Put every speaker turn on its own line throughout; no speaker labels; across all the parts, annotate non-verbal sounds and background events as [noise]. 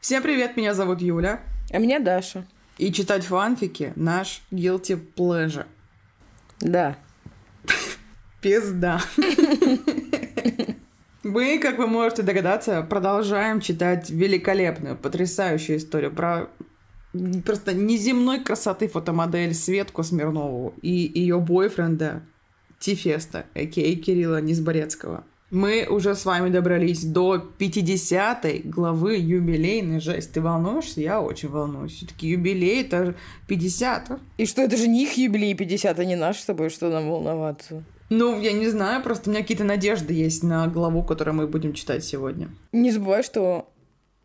Всем привет, меня зовут Юля.
А меня Даша.
И читать фанфики — наш guilty pleasure.
Да.
Пизда. Мы, как вы можете догадаться, продолжаем читать великолепную, потрясающую историю про просто неземной красоты фотомодель Светку Смирнову и ее бойфренда Тифеста, а.к.а. Кирилла Низборецкого. Мы уже с вами добрались до 50 главы юбилейной. Жесть, ты волнуешься? Я очень волнуюсь. Все-таки юбилей — это а? 50.
И что, это же не их юбилей 50, а не наш с тобой, что нам волноваться?
Ну, я не знаю, просто у меня какие-то надежды есть на главу, которую мы будем читать сегодня.
Не забывай, что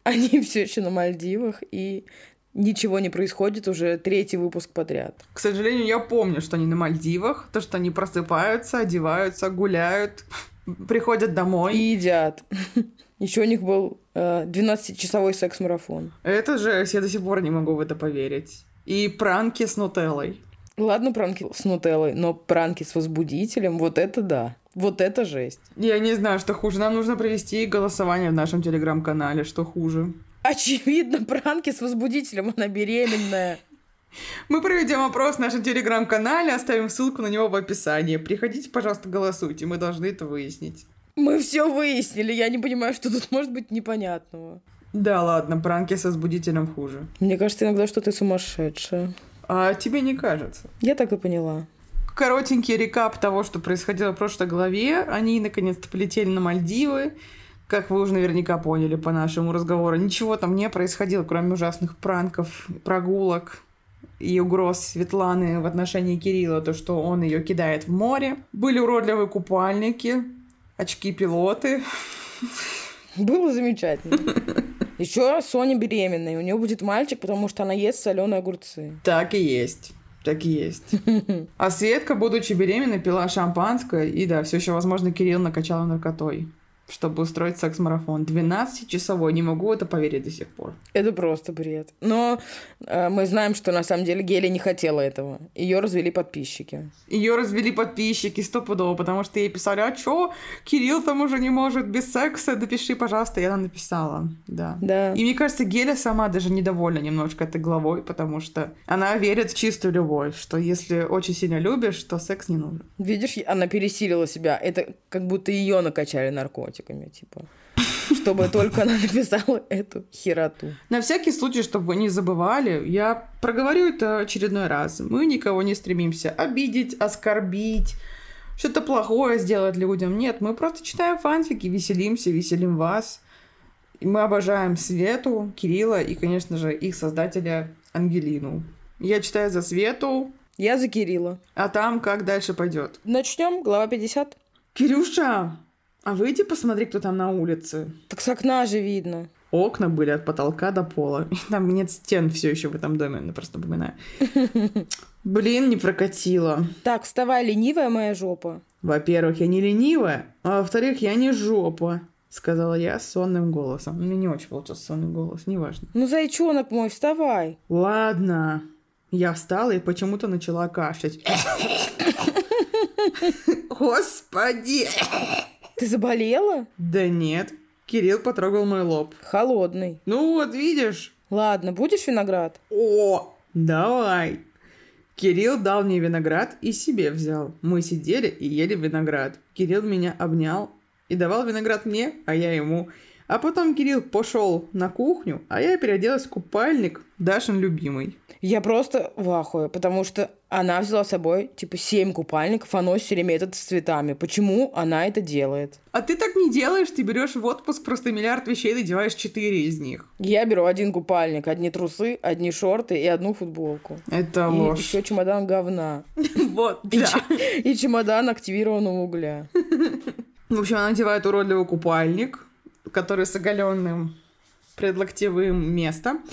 они [laughs] все еще на Мальдивах, и ничего не происходит уже третий выпуск подряд.
К сожалению, я помню, что они на Мальдивах, то, что они просыпаются, одеваются, гуляют, [laughs] приходят домой.
И едят. [laughs] Еще у них был э, 12-часовой секс-марафон.
Это жесть, я до сих пор не могу в это поверить. И пранки с нутеллой.
Ладно, пранки с нутеллой, но пранки с возбудителем, вот это да. Вот это жесть.
Я не знаю, что хуже. Нам нужно провести голосование в нашем телеграм-канале, что хуже.
Очевидно, пранки с возбудителем, она беременная.
Мы проведем опрос в нашем телеграм-канале, оставим ссылку на него в описании. Приходите, пожалуйста, голосуйте, мы должны это выяснить.
Мы все выяснили, я не понимаю, что тут может быть непонятного.
Да ладно, пранки со сбудителем хуже.
Мне кажется иногда, что ты сумасшедшая.
А тебе не кажется?
Я так и поняла.
Коротенький рекап того, что происходило в прошлой главе. Они наконец-то полетели на Мальдивы. Как вы уже наверняка поняли по нашему разговору, ничего там не происходило, кроме ужасных пранков, прогулок, и угроз Светланы в отношении Кирилла, то, что он ее кидает в море. Были уродливые купальники, очки пилоты.
Было замечательно. Еще Соня беременная, и у нее будет мальчик, потому что она ест соленые огурцы. [laughs]
Так и есть. Так и есть. А Светка, будучи беременной, пила шампанское, и да, все еще, возможно, Кирилл накачал наркотой чтобы устроить секс-марафон. 12-часовой, не могу это поверить до сих пор.
Это просто бред. Но э, мы знаем, что на самом деле Гели не хотела этого. Ее развели подписчики.
Ее развели подписчики стопудово, потому что ей писали, а чё, Кирилл там уже не может без секса, допиши, пожалуйста, я она написала. Да.
Да.
И мне кажется, Геля сама даже недовольна немножко этой главой, потому что она верит в чистую любовь, что если очень сильно любишь, то секс не нужен.
Видишь, она пересилила себя. Это как будто ее накачали наркотик наркотиками, типа, [laughs] чтобы только она написала эту хероту.
На всякий случай, чтобы вы не забывали, я проговорю это очередной раз. Мы никого не стремимся обидеть, оскорбить, что-то плохое сделать людям. Нет, мы просто читаем фанфики, веселимся, веселим вас. И мы обожаем Свету, Кирилла и, конечно же, их создателя Ангелину. Я читаю за Свету.
Я за Кирилла.
А там как дальше пойдет?
Начнем, глава 50.
Кирюша, а выйди посмотри, кто там на улице.
Так с окна же видно.
Окна были от потолка до пола. И там нет стен все еще в этом доме, я просто напоминаю. Блин, не прокатило.
Так, вставай, ленивая моя жопа.
Во-первых, я не ленивая, а во-вторых, я не жопа, сказала я сонным голосом. У меня не очень получился сонный голос, неважно.
Ну, зайчонок мой, вставай.
Ладно. Я встала и почему-то начала кашлять. [laughs] Господи!
Ты заболела?
Да нет. Кирилл потрогал мой лоб.
Холодный.
Ну вот, видишь?
Ладно, будешь виноград?
О, давай. Кирилл дал мне виноград и себе взял. Мы сидели и ели виноград. Кирилл меня обнял и давал виноград мне, а я ему. А потом Кирилл пошел на кухню, а я переоделась в купальник, Дашин любимый.
Я просто в ахуе, потому что она взяла с собой, типа, семь купальников, а носит все время этот с цветами. Почему она это делает?
А ты так не делаешь, ты берешь в отпуск просто миллиард вещей, надеваешь четыре из них.
Я беру один купальник, одни трусы, одни шорты и одну футболку.
Это
и
ложь.
еще чемодан говна.
[laughs] Вот,
И,
да.
че- и чемодан активированного угля.
В общем, она надевает уродливый купальник, который с оголенным предлоктевым местом.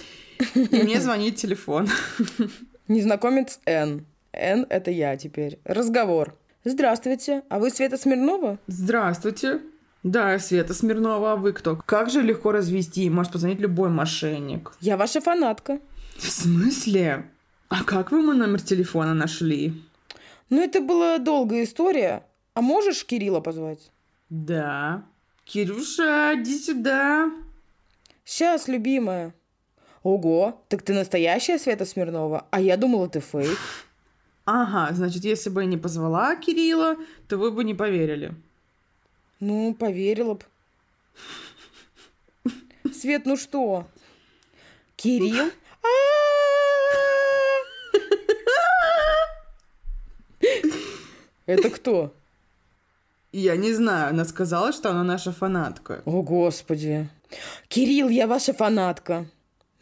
И мне звонит телефон.
Незнакомец Н. Н — это я теперь. Разговор. Здравствуйте, а вы Света Смирнова?
Здравствуйте. Да, я Света Смирнова, а вы кто? Как же легко развести? Может позвонить любой мошенник.
Я ваша фанатка.
В смысле? А как вы мой номер телефона нашли?
Ну, это была долгая история. А можешь Кирилла позвать?
Да. Кирюша, иди сюда.
Сейчас, любимая. Ого, так ты настоящая Света Смирнова? А я думала, ты фейк.
Ага, значит, если бы я не позвала Кирилла, то вы бы не поверили.
Ну, поверила б. Свет, ну что? Кирилл? А! Это кто?
Я не знаю, она сказала, что она наша фанатка.
О, Господи. Кирилл, я ваша фанатка.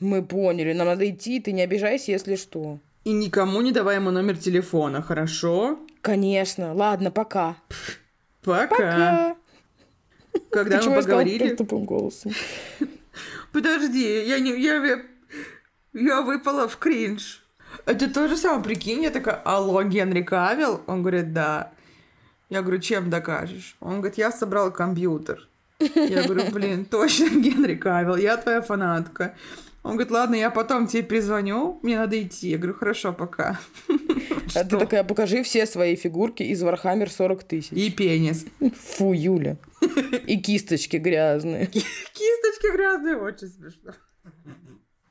Мы поняли, нам надо идти, ты не обижайся, если что.
И никому не давай ему номер телефона, хорошо?
Конечно. Ладно, пока.
Пока.
Пока.
Когда
Ты
мы
чего я сказала
поговорили...
так тупым голосом?
Подожди, я не... Я, я, я выпала в кринж. Это то же самое, прикинь, я такая, алло, Генри Кавилл? Он говорит, да. Я говорю, чем докажешь? Он говорит, я собрал компьютер. Я говорю, блин, [laughs] точно, Генри Кавилл, я твоя фанатка. Он говорит, ладно, я потом тебе перезвоню, мне надо идти. Я говорю, хорошо, пока. [laughs]
А ты
Что?
такая, покажи все свои фигурки из Вархаммер 40 тысяч.
И пенис.
Фу, Юля. И кисточки грязные.
Кисточки грязные, очень смешно.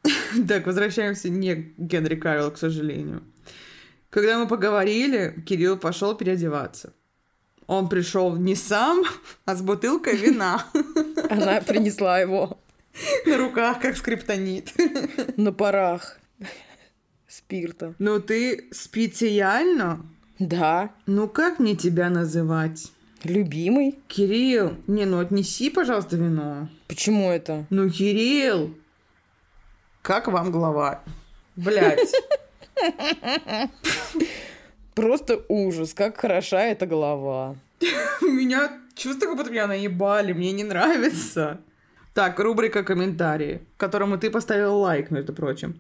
[laughs] Так, возвращаемся не к Генри Кавиллу, к сожалению. Когда мы поговорили, Кирилл пошел переодеваться. Он пришел не сам, а с бутылкой вина [laughs]
Она принесла его
на руках, как скриптонит. [laughs]
на парах спирта.
Ну ты специально?
Да,
Ну как мне тебя называть?
любимый.
Кирилл, не, ну отнеси, пожалуйста, вино.
Почему это?
Ну, Кирилл! Как вам глава? Блять.
Просто ужас, как хороша эта голова.
[laughs] Меня чувство, как будто меня наебали, мне не нравится. Так, рубрика «Комментарии», которому ты поставил лайк, между прочим.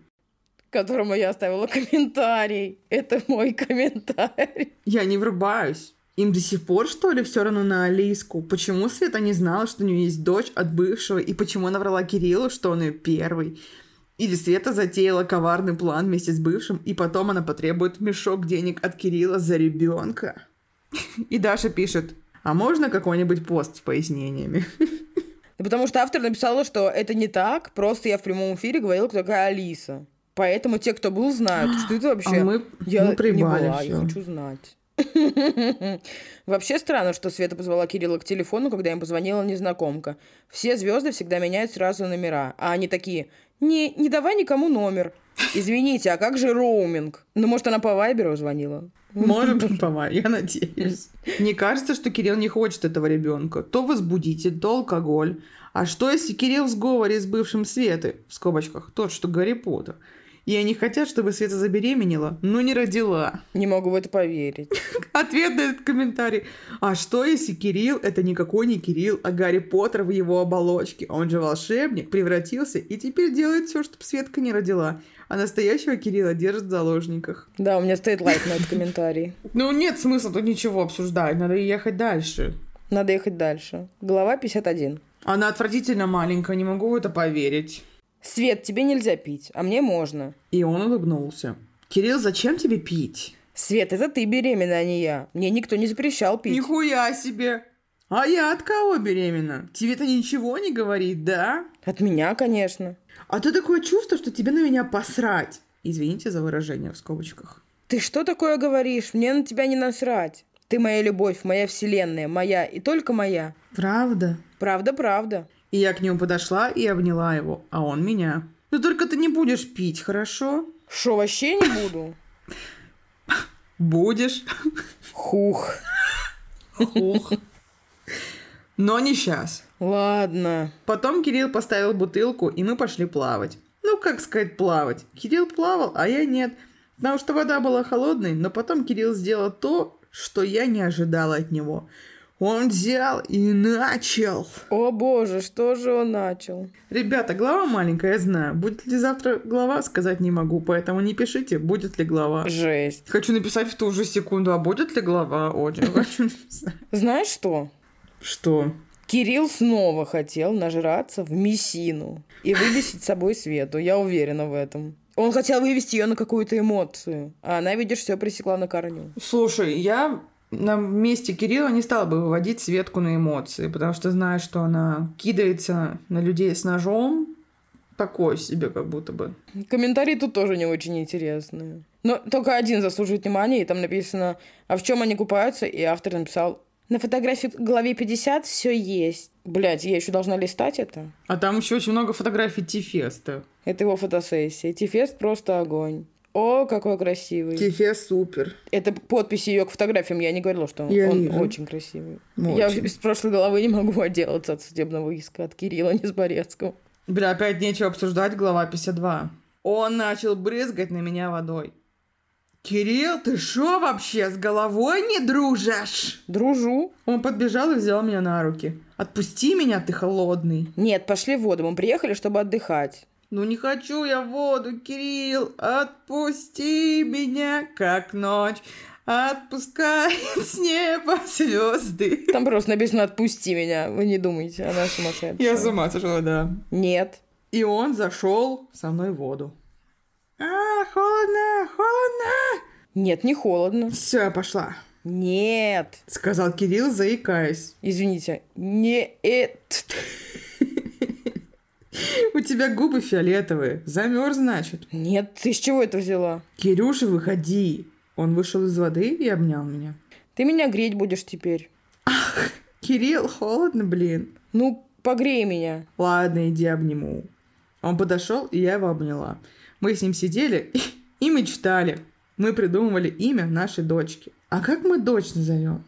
Которому я оставила комментарий. Это мой комментарий.
Я не врубаюсь. Им до сих пор, что ли, все равно на Алиску? Почему Света не знала, что у нее есть дочь от бывшего, и почему она врала Кириллу, что он ее первый? Или Света затеяла коварный план вместе с бывшим, и потом она потребует мешок денег от Кирилла за ребенка? [laughs] И Даша пишет, а можно какой-нибудь пост с пояснениями?
Да Потому что автор написала, что это не так, просто я в прямом эфире говорила, кто такая Алиса. Поэтому те, кто был, знают, что это
А
вообще.
мы,
Я
мы
не
проебали
была, я
всё.
хочу знать. [laughs] Вообще странно, что Света позвала Кирилла к телефону, когда им позвонила незнакомка. Все звезды всегда меняют сразу номера, а они такие «Не, не давай никому номер». Извините, а как же роуминг? Ну, может, она по Вайберу звонила?
Может
[laughs]
быть, [laughs] Пава, я надеюсь. Мне кажется, что Кирилл не хочет этого ребенка. То возбудитель, то алкоголь. А что, если Кирилл в сговоре с бывшим Светы, в скобочках, тот, что Гарри Поттер, и они хотят, чтобы Света забеременела, но не родила.
Не могу в это поверить.
Ответ на этот комментарий. А что, если Кирилл — это никакой не Кирилл, а Гарри Поттер в его оболочке? Он же волшебник, превратился и теперь делает все, чтобы Светка не родила. А настоящего Кирилла держит в заложниках.
Да, у меня стоит лайк на этот комментарий.
Ну, нет смысла тут ничего обсуждать, надо ехать дальше.
Надо ехать дальше. Глава 51.
Она отвратительно маленькая, не могу в это поверить.
Свет, тебе нельзя пить, а мне можно.
И он улыбнулся. Кирилл, зачем тебе пить?
Свет, это ты беременна, а не я. Мне никто не запрещал пить.
Нихуя себе! А я от кого беременна? Тебе-то ничего не говорит, да?
От меня, конечно.
А то такое чувство, что тебе на меня посрать. Извините за выражение в скобочках.
Ты что такое говоришь? Мне на тебя не насрать. Ты моя любовь, моя вселенная, моя и только моя.
Правда?
Правда, правда.
И я к нему подошла и обняла его, а он меня. Ну только ты не будешь пить, хорошо?
Шо, вообще не буду?
Будешь. [laughs]
Хух.
Ух. Но не сейчас.
Ладно.
Потом Кирилл поставил бутылку, и мы пошли плавать. Ну, как сказать плавать? Кирилл плавал, а я нет. Потому что вода была холодной, но потом Кирилл сделал то, что я не ожидала от него. Он взял и начал.
О боже, что же он начал?
Ребята, глава маленькая, я знаю. Будет ли завтра глава, сказать не могу, поэтому не пишите, будет ли глава.
Жесть.
Хочу написать в ту же секунду, а будет ли глава? Очень хочу написать.
Знаешь что?
Что?
Кирилл снова хотел нажраться в мясину и вывесить с собой Свету, я уверена в этом. Он хотел вывести ее на какую-то эмоцию, а она, видишь, все пресекла на корню.
Слушай, я на месте Кирилла не стала бы выводить Светку на эмоции, потому что знаю, что она кидается на людей с ножом, такое себе как будто бы.
Комментарии тут тоже не очень интересные. Но только один заслуживает внимания, и там написано, а в чем они купаются, и автор написал, на фотографии в главе 50 все есть. Блять, я еще должна листать это?
А там еще очень много фотографий Тифеста.
Это его фотосессия. Тифест просто огонь. О, какой красивый.
Тифест супер.
Это подписи ее к фотографиям. Я не говорила, что он,
Я
он
вижу.
очень красивый.
Очень.
Я с прошлой головы не могу отделаться от судебного иска от Кирилла Незборецкого.
Бля, опять нечего обсуждать, глава 52. Он начал брызгать на меня водой. «Кирилл, ты шо вообще с головой не дружишь?»
Дружу.
Он подбежал и взял меня на руки. «Отпусти меня, ты холодный!»
Нет, пошли в воду. Мы приехали, чтобы отдыхать.
«Ну не хочу я в воду, Кирилл! Отпусти меня, как ночь! Отпускает [laughs] с неба звезды!»
Там просто написано «Отпусти меня». Вы не думайте, она сумасшедшая.
Я с ума сошла, да.
Нет.
И он зашел со мной в воду. «А, холодно, холодно!»
Нет, не холодно.
Все, я пошла.
Нет.
Сказал Кирилл, заикаясь.
Извините. Не эт.
У тебя губы фиолетовые. Замерз, значит.
Нет, ты с чего это взяла?
Кирюша, выходи. Он вышел из воды и обнял меня.
Ты меня греть будешь теперь.
Кирилл, холодно, блин.
Ну, погрей меня.
Ладно, иди обниму. Он подошел, и я его обняла. Мы с ним сидели [laughs] и мечтали. Мы придумывали имя нашей дочки. А как мы дочь назовем?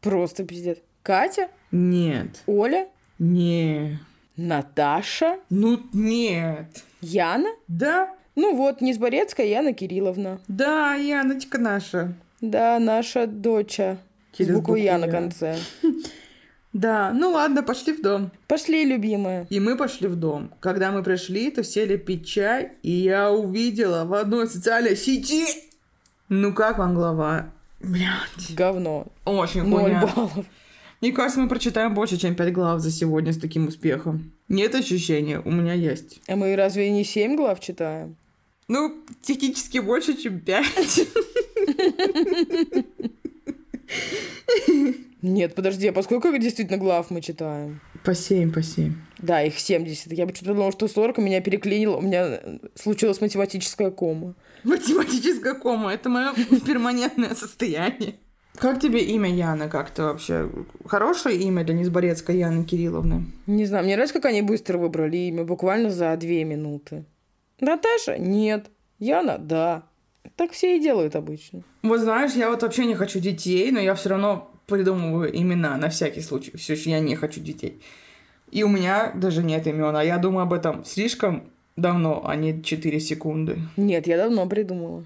Просто пиздец. Катя?
Нет.
Оля?
Не.
Наташа?
Ну, нет.
Яна?
Да,
Ну вот, Низборецкая Яна Кирилловна.
да, Яночка наша.
Да, наша доча.
Через
С буквой Я на
букву «Я».
конце.
Да, ну ладно, пошли в дом.
Пошли, любимая.
И мы пошли в дом. Когда мы пришли, то сели пить чай, и я увидела в одной социальной сети... Ну как вам глава? Блядь.
Говно.
Очень
Ноль
хуйня.
баллов.
Мне кажется, мы прочитаем больше, чем пять глав за сегодня с таким успехом. Нет ощущения, у меня есть.
А мы разве не семь глав читаем?
Ну, технически больше, чем пять.
Нет, подожди, а поскольку действительно глав мы читаем?
[laughs] По семь, по семь.
Да, их 70. Я бы что-то думала, что 40, и меня переклинило, у меня э, случилась математическая кома.
Математическая кома. Это мое [laughs] перманентное состояние. Как тебе имя Яна как-то вообще? Хорошее имя для Низборецкой Яны Кирилловны?
Не знаю, мне нравится, как они быстро выбрали имя, буквально за две минуты. Наташа? Нет. Яна? Да. Так все и делают обычно.
Вот знаешь, я вот вообще не хочу детей, но я все равно придумываю имена на всякий случай. Все еще я не хочу детей. И у меня даже нет имен, а я думаю об этом слишком давно, а не 4 секунды.
Нет, я давно придумала.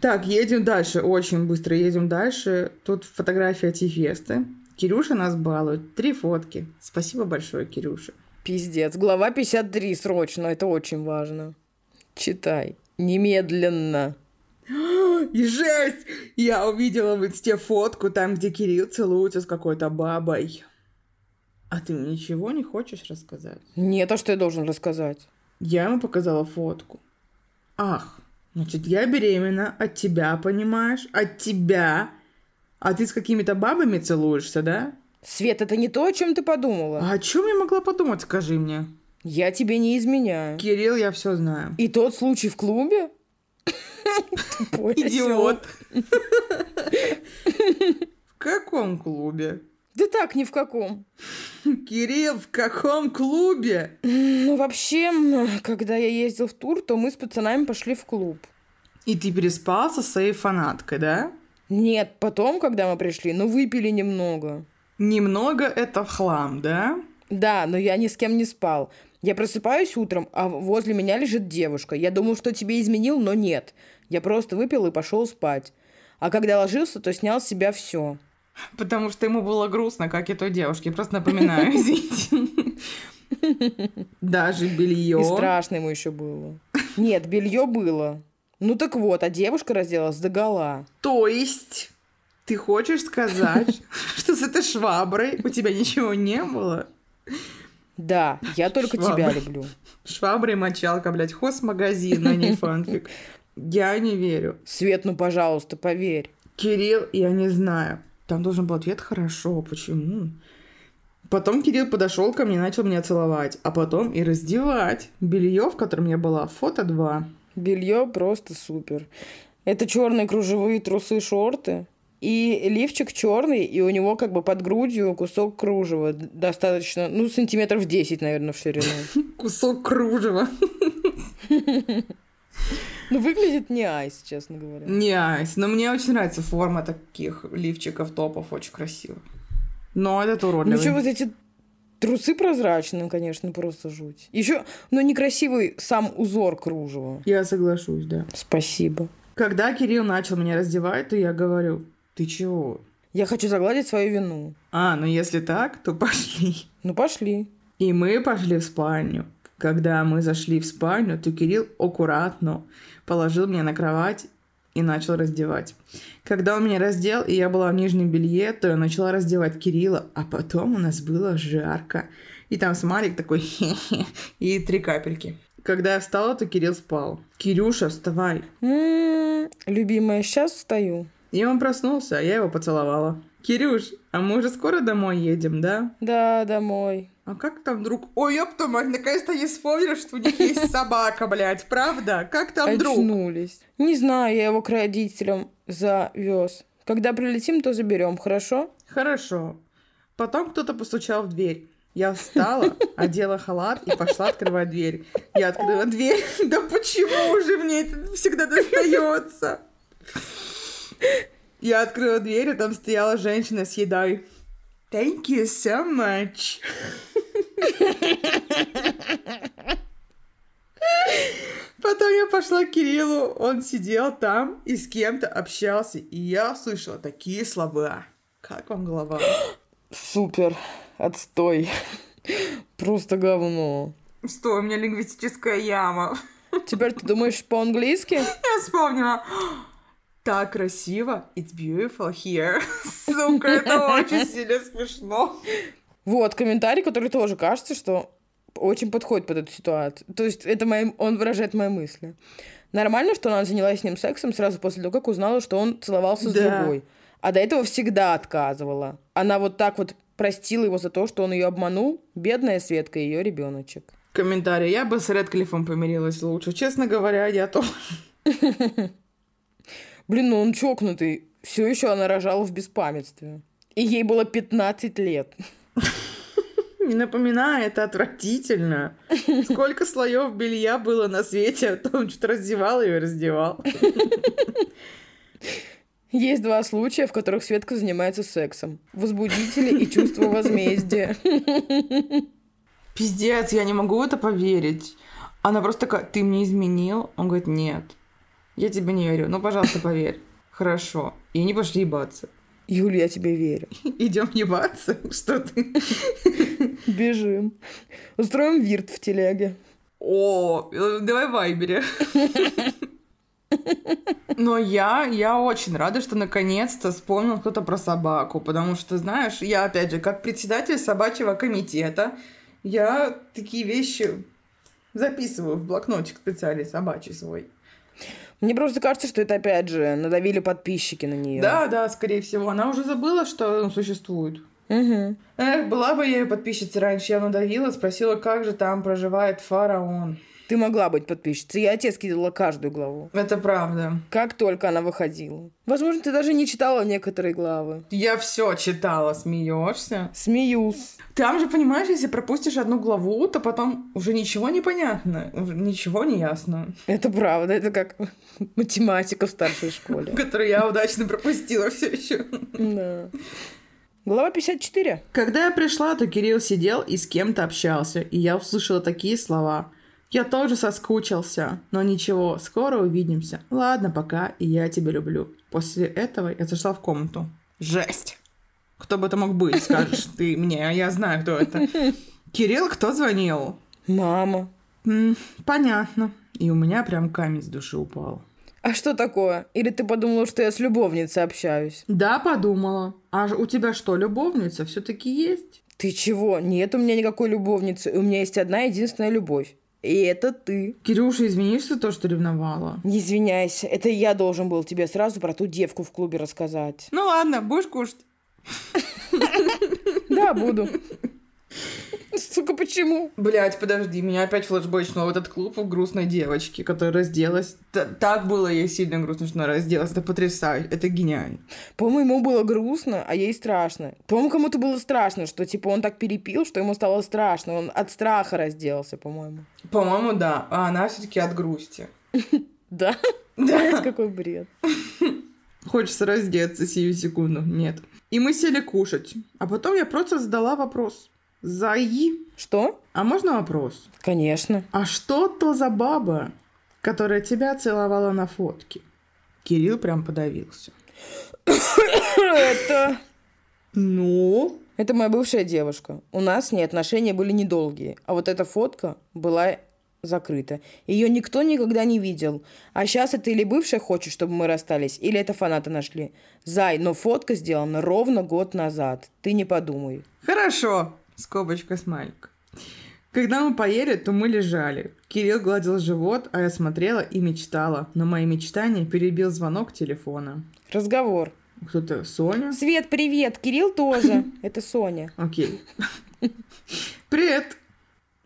Так, едем дальше, очень быстро едем дальше. Тут фотография Тифесты. Кирюша нас балует. Три фотки. Спасибо большое, Кирюша. [gasps]
Пиздец. Глава 53 срочно, это очень важно. Читай. Немедленно.
И жесть! Я увидела в инсте фотку, там, где Кирилл целуется с какой-то бабой. А ты мне ничего не хочешь рассказать?
Нет, а что я должен рассказать?
Я ему показала фотку. Ах, значит, я беременна от тебя, понимаешь? От тебя. А ты с какими-то бабами целуешься, да?
Свет, это не то, о чем ты подумала.
А о чем я могла подумать, скажи мне?
Я тебе не изменяю.
Кирилл, я все знаю.
И тот случай в клубе? Тупой осёл.
Идиот. В каком клубе?
Да так, ни в каком.
Кирилл, в каком клубе?
Ну, вообще, м, когда я ездил в тур, то мы с пацанами пошли в клуб.
И ты переспал со своей фанаткой, да?
Нет, потом, когда мы пришли, ну, выпили немного.
Немного это хлам, да?
Да, но я ни с кем не спал. Я просыпаюсь утром, а возле меня лежит девушка. Я думал, что тебе изменил, но нет. Я просто выпил и пошел спать. А когда ложился, то снял с себя все.
Потому что ему было грустно, как и той девушке. Просто напоминаю, [laughs] извините. Даже белье.
И страшно ему еще было. Нет, белье было. Ну так вот, а девушка разделась догола.
То есть ты хочешь сказать, [laughs] что с этой шваброй у тебя ничего не было?
Да, я только
Швабра.
тебя люблю.
Швабра и мочалка, блядь, хозмагазин, а не фанфик. Я не верю.
Свет, ну пожалуйста, поверь.
Кирилл, я не знаю. Там должен был ответ «хорошо», почему? Потом Кирилл подошел ко мне и начал меня целовать, а потом и раздевать. Белье, в котором я была, фото 2.
Белье просто супер. Это черные кружевые трусы, шорты. И лифчик черный, и у него как бы под грудью кусок кружева достаточно, ну, сантиметров 10, наверное, в ширину.
Кусок кружева.
Ну, выглядит не айс, честно говоря.
Не айс, но мне очень нравится форма таких лифчиков, топов, очень красиво. Но этот уродливый.
Ну, что вот эти трусы прозрачные, конечно, просто жуть. Еще, но некрасивый сам узор кружева.
Я соглашусь, да.
Спасибо.
Когда Кирилл начал меня раздевать, то я говорю, ты чего?
Я хочу загладить свою вину.
А, ну если так, то пошли.
Ну, пошли.
И мы пошли в спальню. Когда мы зашли в спальню, то Кирилл аккуратно положил меня на кровать и начал раздевать. Когда он меня раздел, и я была в нижнем белье, то я начала раздевать Кирилла, а потом у нас было жарко. И там смайлик такой [laughs] хе-хе, и три капельки. Когда я встала, то Кирилл спал. «Кирюша, вставай!»
М, М-м-м, Любимая, сейчас встаю.
И он проснулся, а я его поцеловала. «Кирюш, а мы уже скоро домой едем, да?»
Да, домой.
А как там друг? Ой, ёпта мать, наконец-то я вспомнила, что у них есть собака, блядь, правда? Как там друг?
Очнулись. Не знаю, я его к родителям завез. Когда прилетим, то заберем, хорошо?
Хорошо. Потом кто-то постучал в дверь. Я встала, одела халат и пошла открывать дверь. Я открыла дверь. [laughs] Да почему же мне это всегда достается? Я открыла дверь, и там стояла женщина с едой. Thank you so much. Потом я пошла к Кириллу, он сидел там и с кем-то общался, и я услышала такие слова. Как вам голова?
Супер. Отстой. [laughs] Просто говно.
Что, у меня лингвистическая яма.
Теперь ты думаешь по-английски?
Я вспомнила. Так красиво. It's beautiful here. Сука, это очень сильно смешно.
Вот, комментарий, который тоже кажется, что очень подходит под эту ситуацию. То есть это мои, он выражает мои мысли. Нормально, что она занялась с ним сексом сразу после того, как узнала, что он
Да.
целовался с другой. А до этого всегда отказывала. Она вот так вот простила его за то, что он ее обманул. Бедная Светка и ее ребеночек.
Комментарий. Я бы с Редклифом помирилась лучше. Честно говоря, я то... [laughs]
Блин, ну он чокнутый. Все еще она рожала в беспамятстве. И ей было 15 лет.
Не напоминаю, это отвратительно. Сколько слоев белья было на свете, а то он что-то раздевал ее и раздевал.
Есть два случая, в которых Светка занимается сексом. Возбудители и чувство возмездия.
Пиздец, я не могу в это поверить. Она просто такая, ты мне изменил? Он говорит, нет. Я тебе не верю. Ну, пожалуйста, поверь. Хорошо. И не пошли [laughs] ебаться.
Юль, я тебе верю.
Идем ебаться? [laughs] Что ты?
Бежим. Устроим вирт в телеге.
О, э, давай в [laughs] Вайбере. Но я, я очень рада, что наконец-то вспомнил кто-то про собаку, потому что, знаешь, я, опять же, как председатель собачьего комитета, я такие вещи записываю в блокнотик специальный собачий свой.
Мне просто кажется, что это опять же надавили подписчики на нее.
Да, да, скорее всего. Она уже забыла, что он существует.
Угу.
Эх, была бы я ее подписчица раньше, я надавила, спросила, как же там проживает фараон.
Ты могла быть подписчицей. Я тебе скидывала каждую главу.
Это правда.
Как только она выходила. Возможно, ты даже не читала некоторые главы.
Я все читала, смеешься.
Смеюсь.
Там же, понимаешь, если пропустишь одну главу, то потом уже ничего не понятно, уже ничего не ясно. [laughs]
Это правда. Это как математика в старшей школе.
Которую я удачно пропустила все еще.
Да. Глава 54.
Когда я пришла, то Кирилл сидел и с кем-то общался, и я услышала такие слова. Я тоже соскучился, но ничего, скоро увидимся. Ладно, пока, и я тебя люблю. После этого я зашла в комнату. Жесть! Кто бы это мог быть, скажешь ты мне, а я знаю, кто это. Кирилл, кто звонил?
Мама.
М, понятно. И у меня прям камень с души упал.
А что такое? Или ты подумала, что я с любовницей общаюсь?
Да, подумала. А ж- у тебя что, любовница все-таки есть?
Ты чего? Нет у меня никакой любовницы. У меня есть одна единственная любовь. И это ты.
Кирюша, извинишь за то, что ревновала?
Не извиняйся, это я должен был тебе сразу про ту девку в клубе рассказать.
Ну ладно, будешь кушать.
[laughs] Да, буду. Сука, почему?
Блять, подожди, меня опять флешбэчнуло в этот клуб у грустной девочки, которая разделась. Т- так было ей сильно грустно, что она разделась. Это потрясающе, это гениально.
По-моему, ему было грустно, а ей страшно. По-моему, кому-то было страшно, что типа он так перепил, что ему стало страшно. Он от страха разделся, по-моему.
По-моему, да. А она все таки от грусти.
Да?
Да.
Блядь, [laughs] какой бред.
Хочется раздеться сию секунду. Нет. И мы сели кушать. А потом я просто задала вопрос. Заи.
Что?
А можно вопрос?
Конечно.
А что то за баба, которая тебя целовала на фотке? Кирилл прям подавился.
[laughs] Это...
Ну?
Это моя бывшая девушка. У нас с ней отношения были недолгие. А вот эта фотка была закрыта. Ее никто никогда не видел. А сейчас это или бывшая хочет, чтобы мы расстались, или это фанаты нашли. Зай, но фотка сделана ровно год назад. Ты не подумай.
Хорошо. Скобочка смайлик. Когда мы поели, то мы лежали. Кирилл гладил живот, а я смотрела и мечтала. Но мои мечтания перебил звонок телефона.
Разговор.
Кто-то Соня?
Свет, привет. Кирилл тоже. [laughs] Это Соня.
Окей. Привет.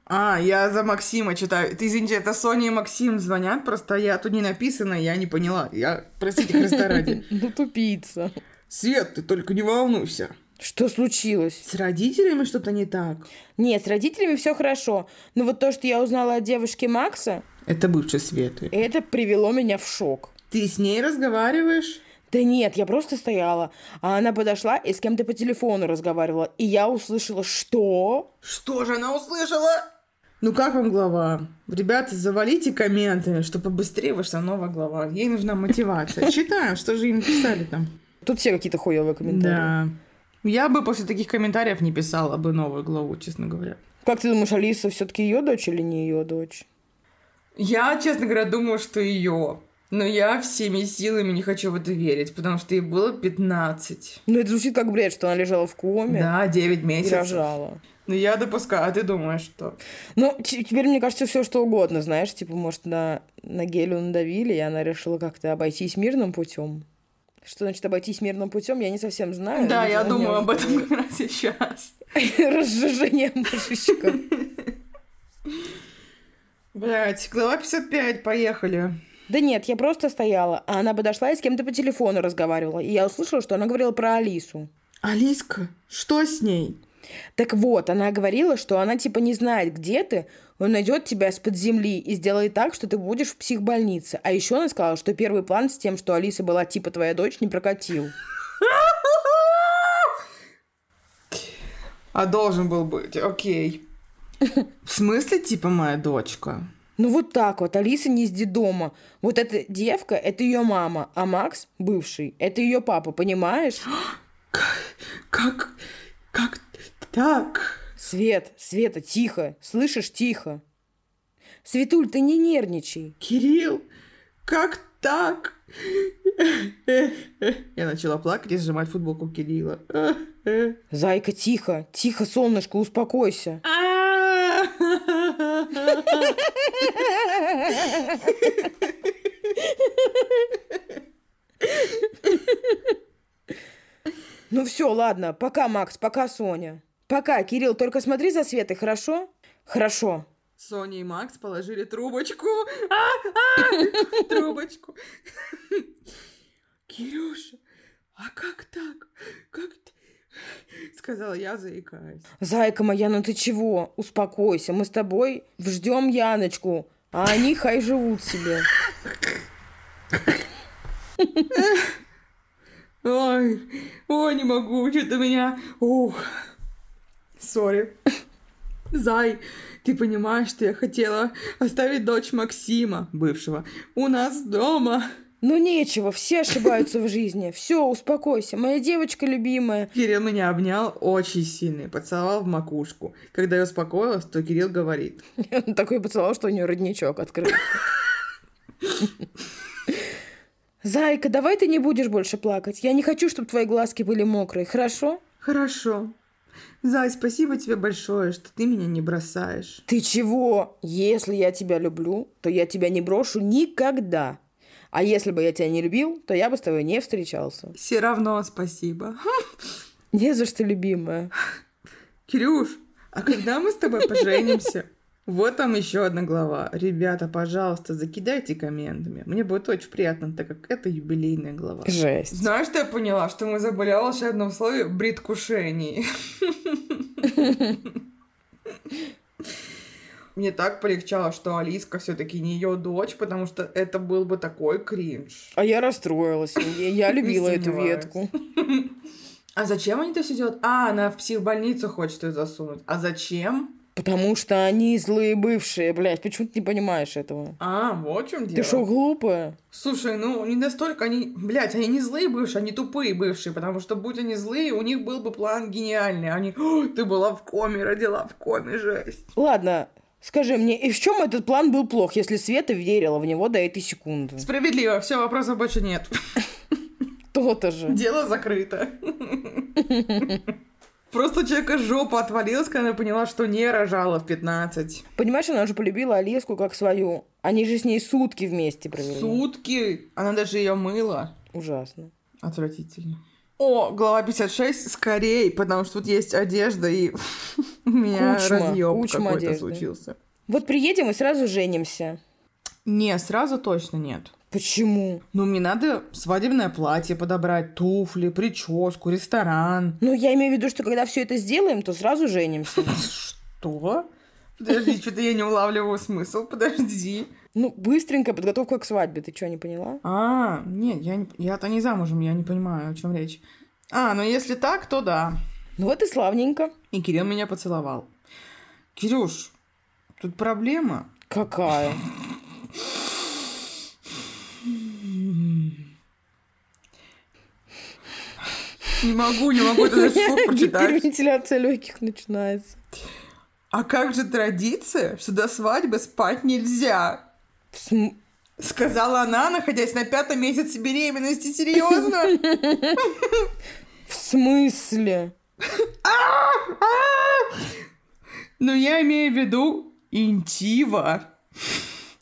А, я за Максима читаю. Ты, извините, это Соня и Максим звонят, просто я тут не написано, я не поняла. Я, простите, Христа ради.
Ну, тупица.
Свет, ты только не волнуйся.
Что случилось?
С родителями что-то не так.
Нет, с родителями все хорошо. Но вот то, что я узнала от девушки Макса,
Это бывший Светы.
это привело меня в шок.
Ты с ней разговариваешь?
Да нет, я просто стояла. А она подошла и с кем-то по телефону разговаривала. И я услышала, что...
Что же она услышала? Ну как вам глава? Ребята, завалите комментами, чтобы побыстрее вышла новая глава. Ей нужна [laughs] мотивация. Читаем, что же им писали там.
Тут все какие-то хуевые комментарии.
Да. Я бы после таких комментариев не писала бы новую главу, честно говоря.
Как ты думаешь, Алиса все-таки ее дочь или не ее дочь?
Я, честно говоря, думаю, что ее. Но я всеми силами не хочу в это верить, потому что ей было 15.
Ну, это звучит как бред, что она лежала в коме
Да, 9
и
месяцев.
рожала.
Ну, я допускаю. А ты думаешь, что?
Ну, т- теперь, мне кажется, все что угодно, знаешь, типа, может, на, на Гелю надавили, и она решила как-то обойтись мирным путем. Что значит обойтись мирным путем, я не совсем знаю.
да,
Видимо,
я
не
думаю об
разговаривала.
этом [laughs] как
[laughs]
раз сейчас.
Разжижение мышечка.
Блять, глава 55, поехали.
Да нет, я просто стояла, а она подошла и с кем-то по телефону разговаривала. И я услышала, что она говорила про Алису.
Алиска, что с ней?
Так вот, она говорила, что она типа не знает, где ты, он найдет тебя с под земли и сделает так, что ты будешь в психбольнице. А еще она сказала, что первый план с тем, что Алиса была типа твоя дочь, не прокатил.
А должен был быть, окей. В смысле, типа, моя дочка?
Ну вот так вот, Алиса не из детдома. Вот эта девка, это ее мама, а Макс, бывший, это ее папа, понимаешь?
Как? Как так?
Свет, Света, тихо, слышишь, тихо. Светуль, ты не нервничай.
Кирилл, как так? Я начала плакать и сжимать футболку Кирилла.
Зайка, тихо, тихо, солнышко, успокойся. Ну все, ладно, пока, Макс, пока, Соня. Пока, Кирилл, только смотри за Светой, хорошо? Хорошо.
Соня и Макс положили трубочку. А, а, [laughs] Трубочку. Кирюша, а как так? Как т- Сказала я, заикаясь.
Зайка моя, ну ты чего? Успокойся, мы с тобой ждем Яночку, а они хай живут себе.
Ой, ой, не могу, что-то меня... Ух, сори. Зай, ты понимаешь, что я хотела оставить дочь Максима, бывшего, у нас дома.
Ну нечего, все ошибаются в жизни. Все, успокойся, моя девочка любимая.
Кирилл меня обнял очень сильно и поцеловал в макушку. Когда я успокоилась, то Кирилл говорит.
Он такой поцеловал, что у нее родничок открыл. Зайка, давай ты не будешь больше плакать. Я не хочу, чтобы твои глазки были мокрые, хорошо?
Хорошо. Зай, спасибо тебе большое, что ты меня не бросаешь.
Ты чего? Если я тебя люблю, то я тебя не брошу никогда. А если бы я тебя не любил, то я бы с тобой не встречался.
Все равно спасибо.
Не за что, любимая.
Кирюш,
А когда мы с тобой поженимся? Вот там еще одна глава. Ребята, пожалуйста, закидайте комментами. Мне будет очень приятно, так как это юбилейная глава.
Жесть.
Знаешь, что я поняла? Что мы забыли о волшебном слове «бриткушений». Мне так полегчало, что Алиска все-таки не ее дочь, потому что это был бы такой кринж.
А я расстроилась. Я, я любила эту
сомневаюсь.
ветку.
А зачем они это все делают? А, она в психбольницу хочет ее засунуть. А зачем?
Потому что они злые бывшие, блядь. Почему ты не понимаешь этого?
А, вот в чем дело.
Ты что, глупая?
Слушай, ну не настолько они... Блять, они не злые бывшие, они тупые бывшие, потому что будь они злые, у них был бы план гениальный. Они, «О, ты была в коме, родила в коме, жесть.
Ладно, скажи мне, и в чем этот план был плох, если Света верила в него до этой секунды?
Справедливо, все, вопросов больше нет.
То-то же.
Дело закрыто. Просто у человека жопа отвалилась, когда она поняла, что не рожала в 15.
Понимаешь, она же полюбила Олеску как свою. Они же с ней сутки вместе провели.
Сутки. Она даже ее мыла.
Ужасно.
Отвратительно. О, глава 56, скорей, потому что тут есть одежда, и [laughs] у меня
Кучма,
разъем
кучма
какой-то
одежды.
случился.
Вот приедем и сразу женимся.
Не, сразу точно нет.
Почему?
Ну, мне надо свадебное платье подобрать, туфли, прическу, ресторан.
Ну, я имею в виду, что когда все это сделаем, то сразу женимся.
Что? Подожди, что-то я не улавливаю смысл, подожди.
Ну, быстренькая подготовка к свадьбе, ты что, не поняла?
А, нет, я не- я-то не замужем, я не понимаю, о чем речь. А, ну если так, то да.
Ну вот и славненько.
И Кирилл меня поцеловал. Кирюш, тут проблема.
Какая?
Не могу, не могу это
[laughs]
слово прочитать.
Гипервентиляция легких начинается.
А как же традиция, что до свадьбы спать нельзя?
В см-
Сказала она, находясь на пятом месяце беременности. Серьезно?
в смысле?
Ну, я имею в виду интива.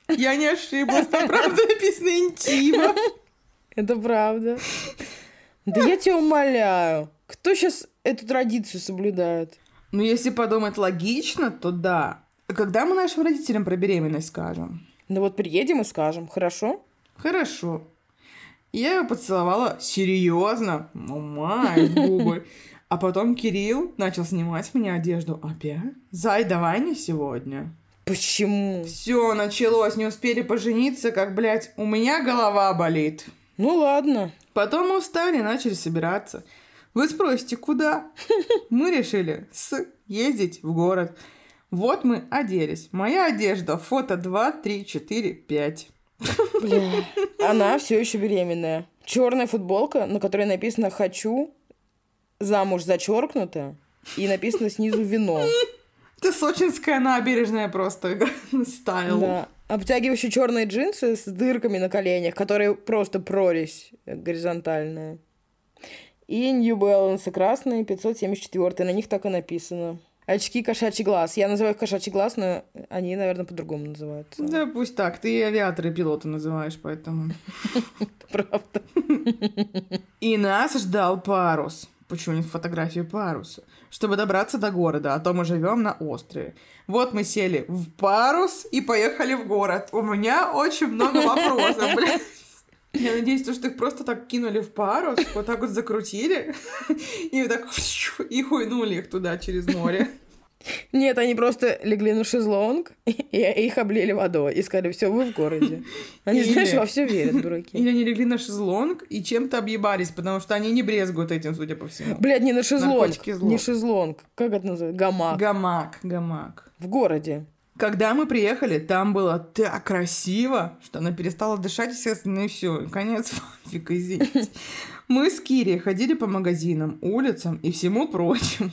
Я не ошиблась, там правда написано интива.
Это правда. Да я тебя умоляю. Кто сейчас эту традицию соблюдает?
Ну, если подумать логично, то да. А Когда мы нашим родителям про беременность скажем?
Ну вот приедем и скажем, хорошо?
Хорошо. Я ее поцеловала серьезно, мама, в губы. А потом Кирилл начал снимать с меня одежду. Опять? Зай, давай не сегодня.
Почему?
Все, началось, не успели пожениться, как, блядь, у меня голова болит.
Ну ладно.
Потом мы встали и начали собираться. Вы спросите, куда? Мы решили съездить в город. Вот мы оделись. Моя одежда. Фото 2, 3, 4, 5.
Бля. [laughs] Она все еще беременная. Черная футболка, на которой написано «Хочу», замуж зачеркнуто, и написано снизу «Вино».
Это сочинская набережная просто. Стайл.
Да. Обтягивающие черные джинсы с дырками на коленях, которые просто прорезь э, горизонтальная. И New Balance красные, 574, на них так и написано. Очки кошачий глаз. Я называю их кошачий глаз, но они, наверное, по-другому называются.
Да пусть так. Ты и авиаторы и пилоты называешь, поэтому...
[laughs] Правда.
И нас ждал парус. Почему нет фотографии паруса? Чтобы добраться до города, а то мы живем на острове. Вот мы сели в парус и поехали в город. У меня очень много вопросов, блядь. Я надеюсь, то, что их просто так кинули в парус, вот так вот закрутили, [laughs] и вот так [laughs] и хуйнули их туда через море.
Нет, они просто легли на шезлонг, [laughs] и их облили водой. И сказали, все, вы в
[laughs]
городе. Они,
Или-
знаешь, во все верят,
[laughs]
дураки.
Или они легли на шезлонг и чем-то объебались, потому что они не брезгуют этим, судя по всему.
Блядь, не на шезлонг.
Наркотики зло.
Не шезлонг. Как это называется? Гамак.
Гамак, гамак.
В городе.
Когда мы приехали, там было так красиво, что она перестала дышать, естественно, и все. Конец [laughs] фанфика, извините. Мы с Кири ходили по магазинам, улицам и всему прочему.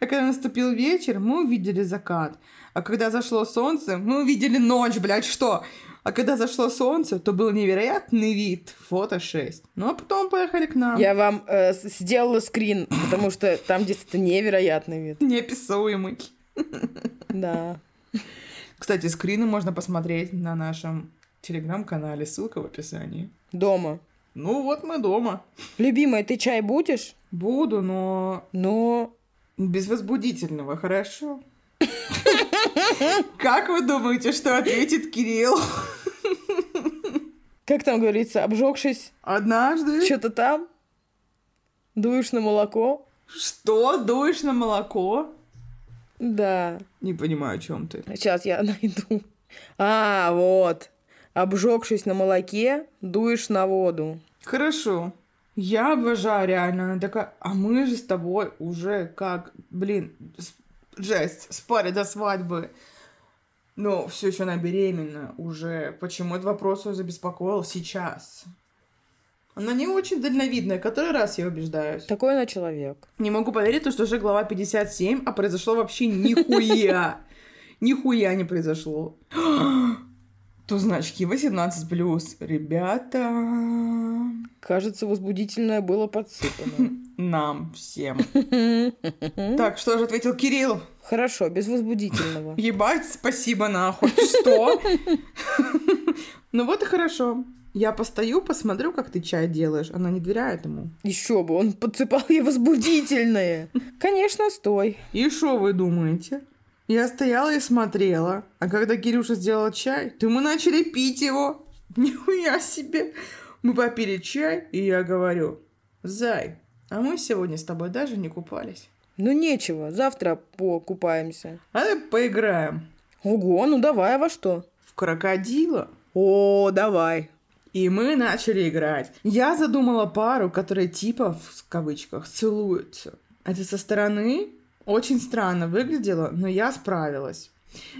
А когда наступил вечер, мы увидели закат. А когда зашло солнце, мы увидели ночь, блядь, что? А когда зашло солнце, то был невероятный вид. Фото 6. Ну, а потом поехали к нам.
Я вам э, с- сделала скрин, потому что там действительно невероятный
[laughs]
вид.
Неописуемый.
Да.
Кстати, скрины можно посмотреть на нашем телеграм-канале. Ссылка в описании.
Дома.
Ну вот мы дома.
Любимая, ты чай будешь?
Буду, но
Но
без возбудительного, хорошо? [laughs] Как вы думаете, что ответит Кирилл?
Как там говорится, обжегшись,
Однажды...
что-то там, дуешь на молоко.
Что? Дуешь на молоко?
Да.
Не понимаю, о чем ты.
Сейчас я [laughs] найду. А, вот. Обжегшись на молоке, дуешь на воду.
Хорошо. Я обожаю реально. Она такая, а мы же с тобой уже как, блин, с- жесть, спали до свадьбы. Но все еще она беременна уже. Почему этот вопрос ее забеспокоил сейчас? Она не очень дальновидная. Который раз я убеждаюсь.
Такой она человек.
Не могу поверить, то, что уже глава 57, а произошло вообще нихуя. [laughs] Нихуя не произошло. [gasps] То значки 18+. Ребята,
Кажется, возбудительное
[laughs]
было подсыпано.
нам всем. Так, что же ответил Кирилл?
Хорошо, без возбудительного.
Ебать, спасибо нахуй. Что? Ну вот и хорошо. Я постою, посмотрю, как ты чай делаешь. Она не доверяет ему.
Еще бы, он подсыпал ей возбудительное. Конечно, стой.
И что вы думаете? Я стояла и смотрела, а когда Кирюша сделал чай, то мы начали пить его. Нихуя себе. Мы попили чай, и я говорю, Зай, а мы сегодня с тобой даже не купались.
Ну нечего, завтра покупаемся.
А давай поиграем
Ого, ну давай, а во что?
в крокодила.
О, давай.
И мы начали играть. Я задумала пару, которая типа, в кавычках, целуется. Это со стороны очень странно выглядело, но я справилась.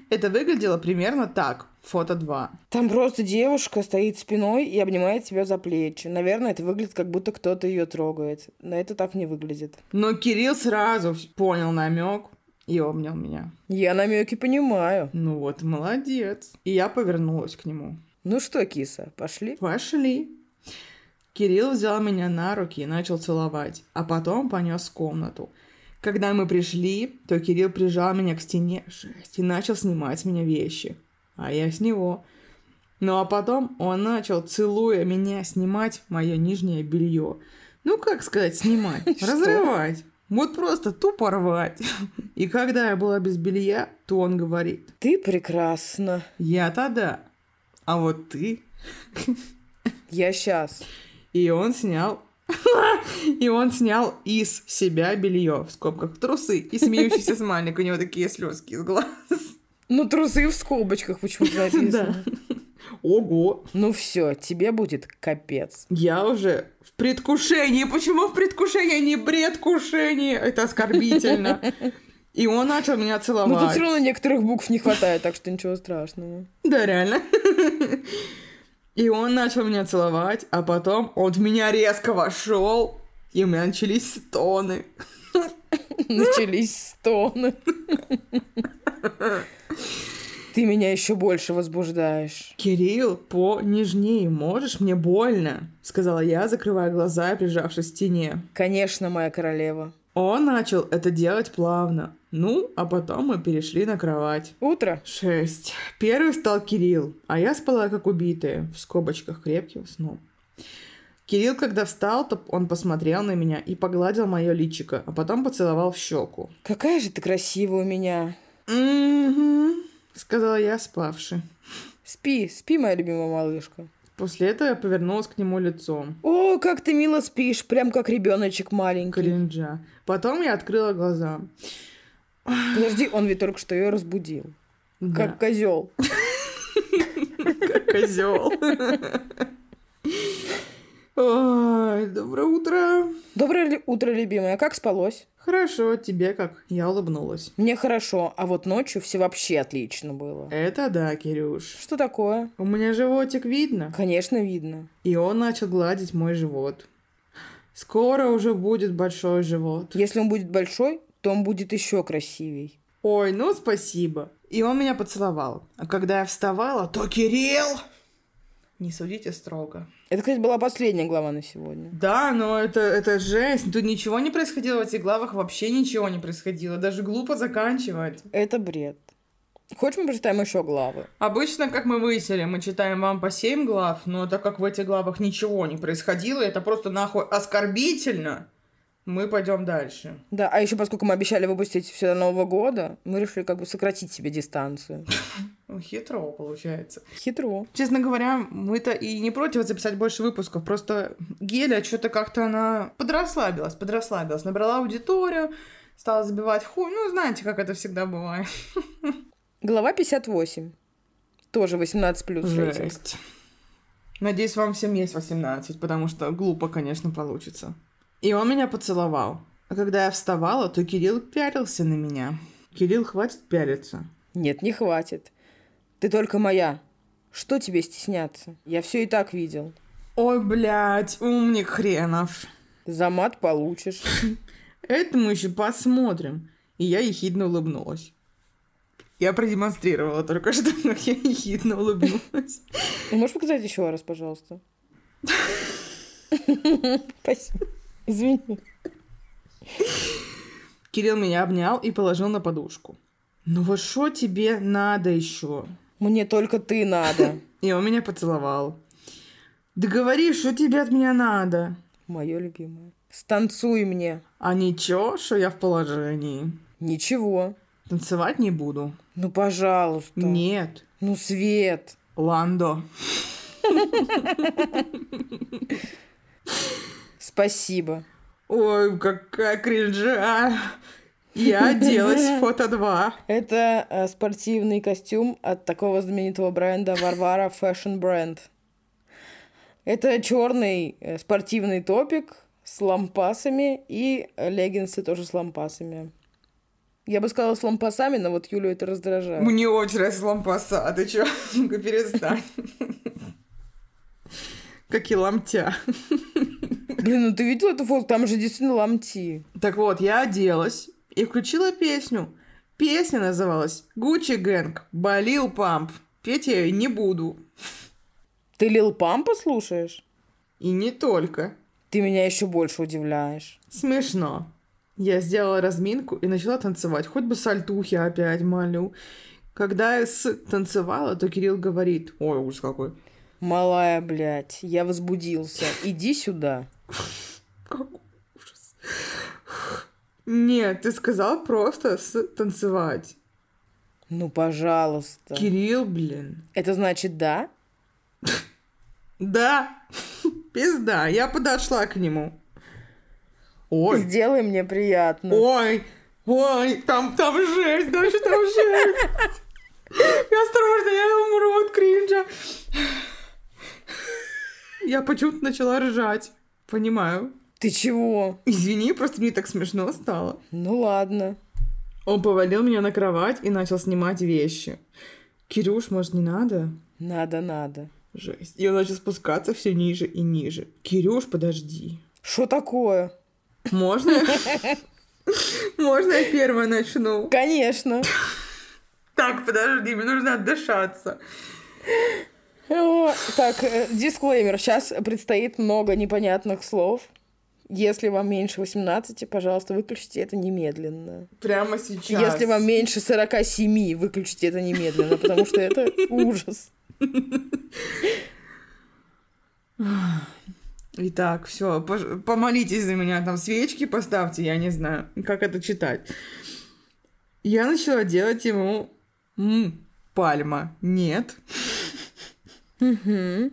Это выглядело примерно так. Фото 2.
Там просто девушка стоит спиной и обнимает тебя за плечи. Наверное, это выглядит, как будто кто-то ее трогает. Но это так не выглядит.
Но Кирилл сразу понял намек и обнял меня.
Я намеки понимаю.
Ну вот, молодец. И я повернулась к нему.
Ну что, киса, пошли?
Пошли. Кирилл взял меня на руки и начал целовать, а потом понес в комнату. Когда мы пришли, то Кирилл прижал меня к стене, жесть, и начал снимать с меня вещи. А я с него. Ну а потом он начал, целуя меня, снимать мое нижнее белье. Ну, как сказать, снимать?
Что?
Разрывать. Вот просто тупо рвать. И когда я была без белья, то он говорит,
Ты прекрасна.
я-то да, а вот ты
Я сейчас.
И он снял... [laughs] И он снял из себя белье, в скобках трусы, и смеющийся смайлик, у него такие слезки из глаз.
Ну, трусы в скобочках почему-то написано.
Ого!
Ну все, тебе будет капец.
Я уже в предвкушении. Почему в предвкушении, а не предвкушении? Это оскорбительно. И он начал меня
Ну, тут
целовать.
все равно некоторых букв не хватает, так что ничего страшного.
Да, реально. И он начал меня целовать, а потом он в меня резко вошел, и у меня начались стоны.
Начались стоны. Ты меня еще больше возбуждаешь.
«Кирилл, понежнее, можешь? Мне больно!» — сказала я, закрывая глаза и прижавшись к стене.
Конечно, моя королева.
Он начал это делать плавно. Ну, а потом мы перешли на кровать.
Утро.
Шесть. Первый стал Кирилл, а я спала как убитая, в скобочках крепким сном. Кирилл, когда встал, то он посмотрел на меня и погладил мое личико, а потом поцеловал в щеку.
Какая же ты красивая у меня.
«Угу», — сказала я, спавши.
Спи, спи, моя любимая малышка.
После этого я повернулась к нему лицом.
О, как ты мило спишь, прям как ребеночек маленький.
Кринжа. Потом я открыла глаза.
Подожди, он ведь только что ее разбудил. Как козел.
как козел. Ой, доброе утро.
Доброе ли- утро, любимая. Как спалось?
Хорошо, тебе как? Я улыбнулась.
Мне хорошо, а вот ночью все вообще отлично было.
Это да, Кирюш.
Что такое?
У меня животик видно.
Конечно, видно.
И он начал гладить мой живот. Скоро уже будет большой живот.
Если он будет большой, то он будет еще красивей.
Ой, ну спасибо. И он меня поцеловал. А когда я вставала, то Кирилл... Не судите строго.
Это, кстати, была последняя глава на сегодня.
Да, но это, это жесть. Тут ничего не происходило в этих главах, вообще ничего не происходило. Даже глупо заканчивать.
Это бред. Хочешь, мы прочитаем еще главы?
Обычно, как мы выяснили, мы читаем вам по 7 глав, но так как в этих главах ничего не происходило, это просто нахуй оскорбительно. Мы пойдем дальше.
Да, а еще поскольку мы обещали выпустить все до Нового года, мы решили как бы сократить себе дистанцию.
Хитро Ну, получается.
Хитро.
Честно говоря, мы-то и не против записать больше выпусков, просто Геля что-то как-то она подрасслабилась, подрасслабилась, набрала аудиторию, стала забивать хуй, ну знаете, как это всегда бывает.
Глава 58. Тоже 18 плюс рейтинг.
Жесть. Надеюсь, вам всем есть 18, потому что глупо, конечно, получится. И он меня поцеловал. А когда я вставала, то Кирилл пялился на меня. Кирилл, хватит пялиться.
Нет, не хватит. Ты только моя. Что тебе стесняться? Я все и так видел.
Ой, блядь, умник хренов.
За мат получишь.
Это мы еще посмотрим. И я ехидно улыбнулась. Я продемонстрировала только что, [laughs] но я ехидно улыбнулась.
Ну, Можешь показать еще раз, пожалуйста? Спасибо. Извини.
Кирилл меня обнял и положил на подушку. Ну вот что тебе надо еще?
Мне только ты надо.
И он меня поцеловал. Да говори, что тебе от меня надо?
Мое любимое. Станцуй мне.
А ничего, что я в положении.
Ничего.
Танцевать не буду.
Ну, пожалуйста.
Нет.
Ну, Свет.
Ландо.
Спасибо.
Ой, какая кринжа. Я оделась в фото 2.
Это э, спортивный костюм от такого знаменитого бренда Варвара Fashion Brand. Это черный э, спортивный топик с лампасами и э, леггинсы тоже с лампасами. Я бы сказала с лампасами, но вот Юлю это раздражает.
Мне очень раз лампаса, а ты чё? Ну-ка, перестань. Как и ламтя.
Блин, ну ты видел эту фото? Там же действительно ламти.
Так вот, я оделась и включила песню. Песня называлась «Гуччи Гэнг. Болил памп». Петь я ее не буду.
Ты Лил Пампа слушаешь?
И не только.
Ты меня еще больше удивляешь.
Смешно. Я сделала разминку и начала танцевать. Хоть бы сальтухи опять молю. Когда я с танцевала, то Кирилл говорит... Ой, ужас какой.
Малая, блядь, я возбудился. Иди сюда.
Какой ужас. Нет, ты сказал просто с танцевать.
Ну, пожалуйста.
Кирилл, блин.
Это значит да?
Да, [laughs] пизда, я подошла к нему. Ой,
Сделай мне приятно.
ой, ой, там, там жесть, дальше там жесть. Осторожно, я умру от кринжа. Я почему-то начала ржать. Понимаю.
Ты чего?
Извини, просто мне так смешно стало.
Ну ладно.
Он повалил меня на кровать и начал снимать вещи. Кирюш, может, не надо?
Надо, надо.
Жесть. И он начал спускаться все ниже и ниже. Кирюш, подожди.
Что такое?
Можно? я- Можно я первая начну?
Конечно.
Так, подожди, мне нужно отдышаться.
О, Так, э, дисклеймер. Сейчас предстоит много непонятных слов. Если вам меньше 18, пожалуйста, выключите это немедленно.
Прямо сейчас.
Если вам меньше 47, выключите это немедленно, потому что это ужас.
Итак, все, помолитесь за меня, там свечки поставьте, я не знаю, как это читать. Я начала делать ему м, пальма. Нет.
Мгм.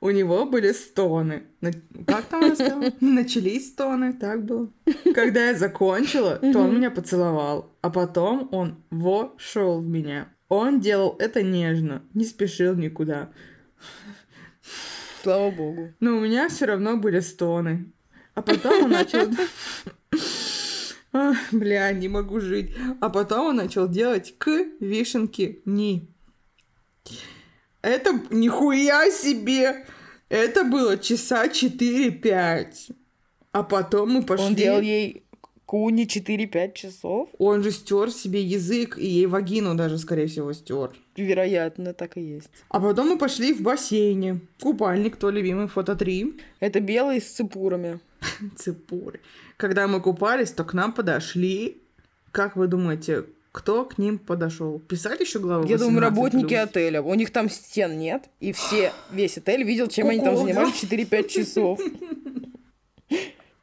У него были стоны. На- Как там она
[laughs]
сказала? Начались стоны, так было. Когда я закончила, то он меня поцеловал, а потом он вошел в меня. Он делал это нежно, не спешил никуда.
Слава богу.
Но у меня все равно были стоны. А потом он
[laughs]
начал... [laughs] Ах, Бля, не могу жить. А потом он начал делать к вишенке ни. Это нихуя себе! Это было часа 4-5. А потом мы пошли...
Он делал ей куни 4-5 часов.
Он же стер себе язык и ей вагину даже, скорее всего, стер.
Вероятно, так и есть.
А потом мы пошли в бассейне. Купальник, то любимый, фото 3.
Это белый с цепурами.
Цепуры. Когда мы купались, то к нам подошли. Как вы думаете, кто к ним подошел? Писать еще главу?
Я думаю,
18+?
работники отеля. У них там стен нет, и все, весь отель видел, чем они там
Куколда.
занимались 4-5 часов.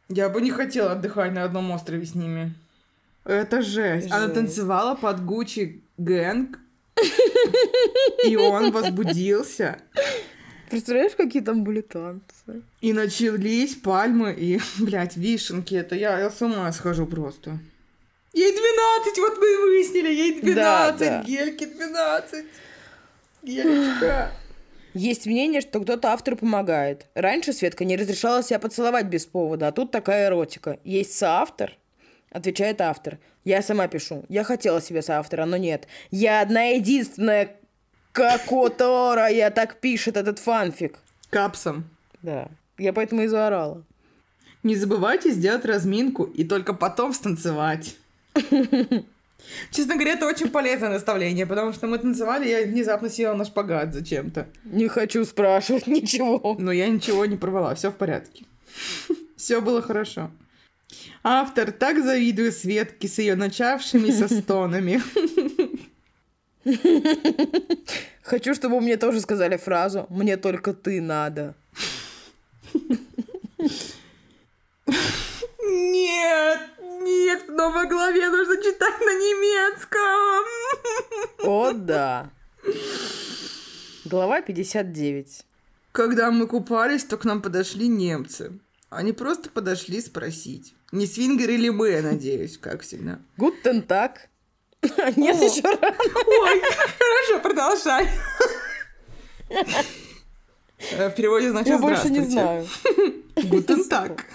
Я бы не хотела отдыхать на одном острове с ними.
Это жесть. Она
Жесть.
танцевала под Гуччи Гэнг. И он возбудился.
[laughs] Представляешь, какие там были танцы?
И начались пальмы и, [laughs] блядь, вишенки. Это я, я с ума схожу просто. Ей 12, вот мы и выяснили. Ей 12,
Да, да.
Гельке 12. Гелечка.
Есть мнение, что кто-то автору помогает. Раньше Светка не разрешала себя поцеловать без повода, а тут такая эротика. Есть соавтор? Отвечает автор. Я сама пишу. Я хотела себе соавтора, но нет. Я одна единственная, которая так пишет этот фанфик.
Капсом.
Да. Я поэтому и заорала.
Не забывайте сделать разминку и только потом станцевать. [laughs] Честно говоря, это очень полезное наставление, потому что мы танцевали, я внезапно села на шпагат зачем-то.
Не хочу спрашивать [laughs] ничего.
Но я ничего не порвала, все в порядке. [laughs] Все было хорошо. Автор так завидую Светке с ее [laughs] начавшимися стонами.
Хочу, чтобы мне тоже сказали фразу «Мне только ты надо».
Нет, нет, в новой главе нужно читать на немецком.
О, да. Глава 59.
Когда мы купались, то к нам подошли немцы. Они просто подошли спросить. Не свингеры ли мы, я надеюсь, как всегда.
Гутен так. [laughs] Нет,
О.
еще раз.
Ой, хорошо, продолжай. Э, В переводе значит
Я больше не
«здравствуйте».
знаю.
Гутен так.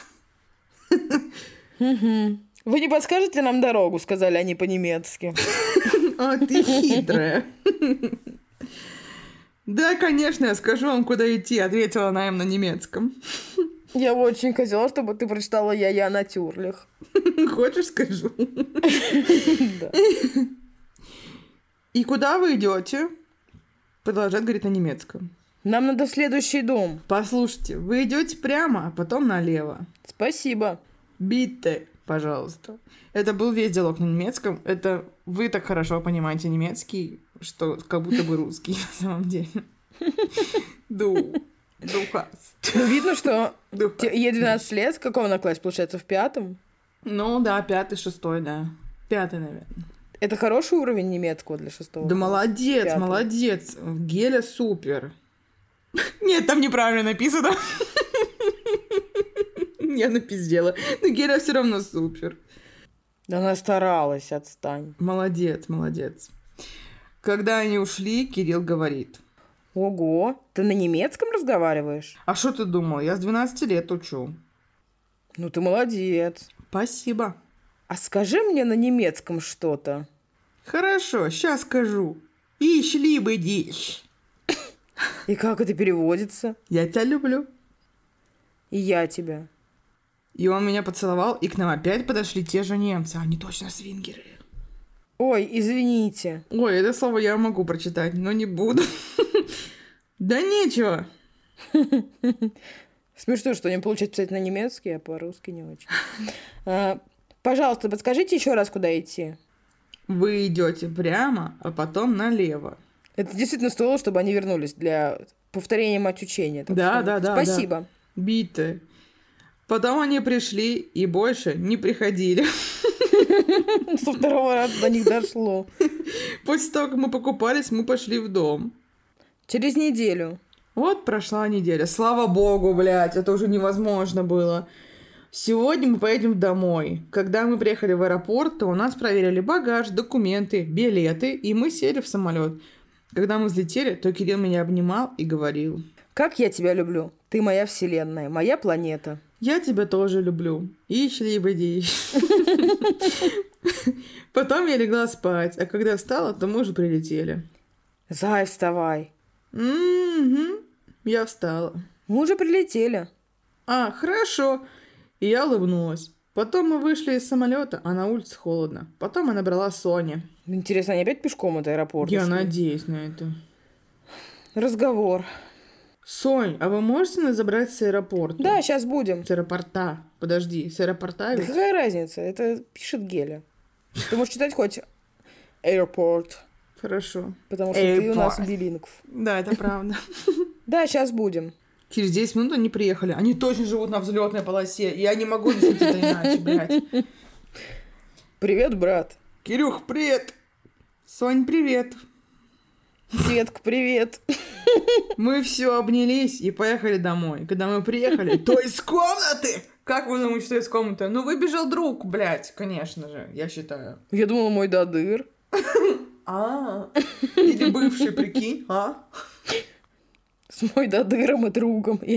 Мгм. Вы не подскажете нам дорогу, сказали они по-немецки.
А ты хитрая. Да, конечно, я скажу вам, куда идти, ответила она им на немецком.
Я очень хотела, чтобы ты прочитала «Я, я на тюрлях».
Хочешь, скажу.
Да.
И куда вы идете? Продолжает говорить на немецком.
Нам надо в следующий дом.
Послушайте, вы идете прямо, а потом налево.
Спасибо.
Битте, пожалуйста. Это был весь диалог на немецком. Это вы так хорошо понимаете немецкий, что как будто бы русский [laughs] на самом деле. Ду. Духас.
Ну, видно, что те-
Духас.
ей 12 лет. В каком она классе, получается, в пятом?
Ну да, пятый, шестой, да. Пятый, наверное.
Это хороший уровень немецкого для шестого?
Да молодец,
Пятый.
молодец. Геля супер. [laughs] Нет, там неправильно написано. [laughs] Я напиздела. Но Геля все равно супер.
Да она старалась, отстань.
Молодец, молодец. Когда они ушли, Кирилл говорит.
Ого, ты на немецком разговариваешь?
А что ты думал? Я с 12 лет учу.
Ну ты молодец.
Спасибо.
А скажи мне на немецком что-то.
Хорошо, сейчас скажу. Ищли бы дичь.
И как это переводится?
Я тебя люблю.
И я тебя.
И он меня поцеловал, и к нам опять подошли те же немцы. Они точно свингеры.
Ой, извините.
Ой, это слово я могу прочитать, но не буду. [laughs] Да нечего.
Смешно, что не получается писать на немецкий, а по-русски
[laughs]
не очень. А, Пожалуйста, подскажите еще раз, куда идти.
Вы идете прямо, а потом налево.
Это действительно стоило, чтобы они вернулись для повторения мать учения. так
Да,
сказать.
да, да, да.
Спасибо.
Биты. Потом они пришли и больше не приходили. [laughs]
[laughs] Со второго раза до них дошло.
После того, как мы покупались, мы пошли в дом.
Через неделю.
Вот прошла неделя. Слава богу, блядь, это уже невозможно было. Сегодня мы поедем домой. Когда мы приехали в аэропорт, то у нас проверили багаж, документы, билеты, и мы сели в самолет. Когда мы взлетели, то Кирилл меня обнимал и говорил.
Как я тебя люблю. Ты моя вселенная, моя планета.
Я тебя тоже люблю. И шли бы дичь». [laughs] Потом я легла спать, а когда встала, то мы уже прилетели.
Зай, вставай.
Мгм. М-м-м. Я встала.
Мы уже прилетели.
А, хорошо. И я улыбнулась. Потом мы вышли из самолета, а на улице холодно. Потом я набрала Соне.
Интересно, они опять пешком от аэропорта?
Я
шли?
надеюсь на это.
Разговор.
Сонь, а вы можете нас забрать с аэропорта?
Да, сейчас будем.
С аэропорта. Подожди, с аэропорта
Да
ведь?
какая разница? Это пишет Геля. Ты можешь читать хоть аэропорт,
Хорошо.
потому что ты у нас
Airport.
билингв.
Да, это правда.
Да, сейчас будем.
[laughs] Через 10 минут они приехали. Они точно живут на взлетной полосе. Я не могу объяснить это иначе, блядь.
[laughs] Привет, брат.
Кирюх, привет! Сонь, привет!
Светка, привет.
Мы все обнялись и поехали домой. Когда мы приехали, то из комнаты! Как вы думаете, что из комнаты? Ну, выбежал друг, блядь, конечно же, я считаю.
Я думала, мой дадыр.
А, или бывший, прикинь, а?
С мой дадыром и другом, и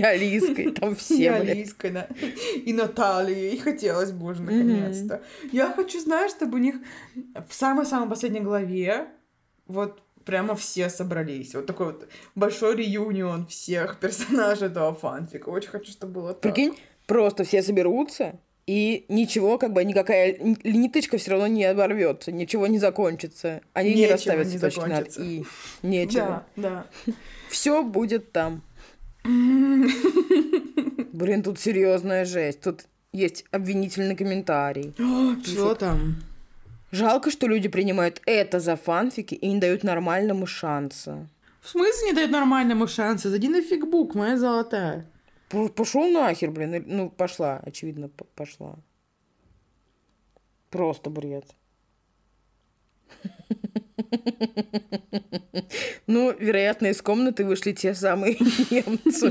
[laughs]
Алиской, там
и
все, блядь.
Алиской, да. И Натальей. И хотелось, боже, наконец-то. Я хочу, знаешь, чтобы у них в самой-самой последней главе вот прямо все собрались. Вот такой вот большой реюнион всех персонажей этого фанфика. Очень хочу, чтобы было так.
Прикинь, просто все соберутся, и ничего, как бы никакая л- ниточка все равно не оборвется, ничего не закончится. Они не
Нечего
расставят
не
точки над
закончится.
«и». Нечего.
Да,
Все будет там.
да.
Блин, тут серьезная жесть. Тут есть обвинительный комментарий.
Что там?
Жалко, что люди принимают это за фанфики и не дают нормальному шанса.
В смысле не дает нормальному шанса? Зайди на фигбук, моя золотая.
Пошел нахер, блин. или- Ну, пошла, очевидно, п- пошла. Просто бред. [laughs] Ну, вероятно, из комнаты вышли те самые [laughs] немцы.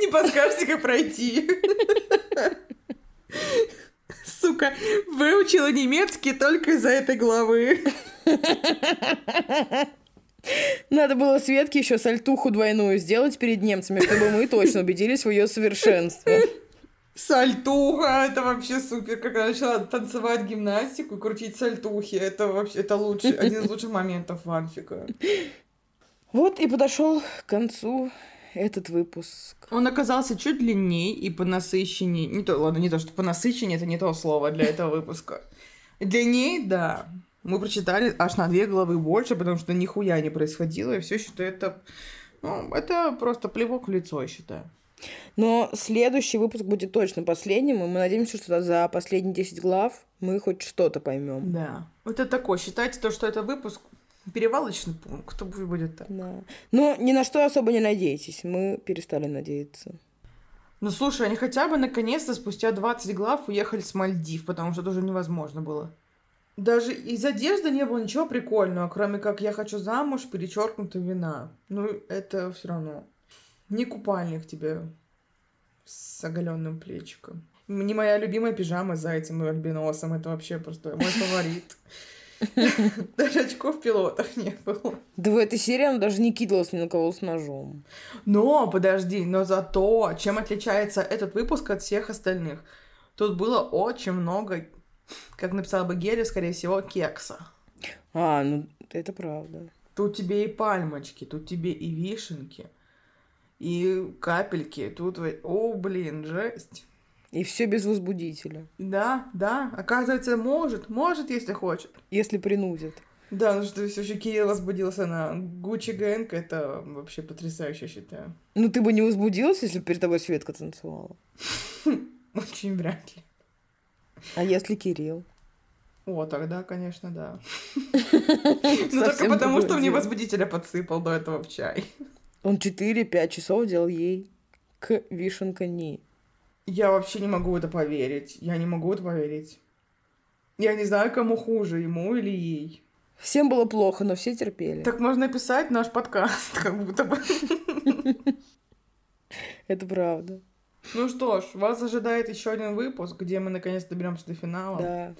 Не подскажете, как пройти. Сука, выучила немецкий только из-за этой главы.
Надо было Светке еще сальтуху двойную сделать перед немцами, чтобы мы точно убедились в ее совершенстве.
Сальтуха, это вообще супер. Как она начала танцевать гимнастику и крутить сальтухи. Это вообще это лучше, один из лучших моментов фанфика.
Вот и подошел к концу этот выпуск.
Он оказался чуть длиннее и понасыщеннее. Не то, ладно, не то, что понасыщеннее, это не то слово для этого выпуска. Длиннее, да. Мы прочитали аж на две главы больше, потому что нихуя не происходило. Я все считаю, это... Ну, это просто плевок в лицо, я считаю.
Но следующий выпуск будет точно последним, и мы надеемся, что за последние 10 глав мы хоть что-то поймем.
Да. Вот это такое. Считайте то, что это выпуск перевалочный пункт. Кто будет так?
Да. Но ни на что особо не надейтесь. Мы перестали надеяться.
Ну, слушай, они хотя бы наконец-то спустя 20 глав уехали с Мальдив, потому что это уже невозможно было. Даже из одежды не было ничего прикольного, кроме как «я хочу замуж», перечеркнута вина. Ну, это все равно. Не купальник тебе с оголенным плечиком. Не моя любимая пижама с зайцем и альбиносом. Это вообще просто мой фаворит. Даже очков пилотов не было.
Да в этой серии она даже не кидалась ни на кого с ножом.
Но, подожди, но зато, чем отличается этот выпуск от всех остальных? Тут было очень много, как написала бы Герри, скорее всего, кекса.
А, ну это правда.
Тут тебе и пальмочки, тут тебе и вишенки, и капельки. Тут, вы- о, блин, жесть.
И все без возбудителя,
Да, да, оказывается, может, может, если хочет.
если принудят.
Да, ну что все же Кирилл возбудился на Гуччи Гэнг, это вообще потрясающе, я считаю. [laughs]
Ну ты бы не возбудилась, если бы перед тобой Светка танцевала.
Очень вряд ли.
А если Кирилл?
О, тогда, конечно,
[laughs]
да. Ну, только
Совсем
потому,
другое
что мне
дело.
возбудителя подсыпал до этого в чай.
Он 4-5 часов делал ей к вишенка ни.
Я вообще не могу в это поверить. Я не могу в это поверить. Я не знаю, кому хуже, ему или ей.
Всем было плохо, но все терпели.
Так можно писать наш подкаст, [laughs] как будто бы.
Это правда.
Ну что ж, вас ожидает еще один выпуск, где мы наконец доберемся до финала.
Да.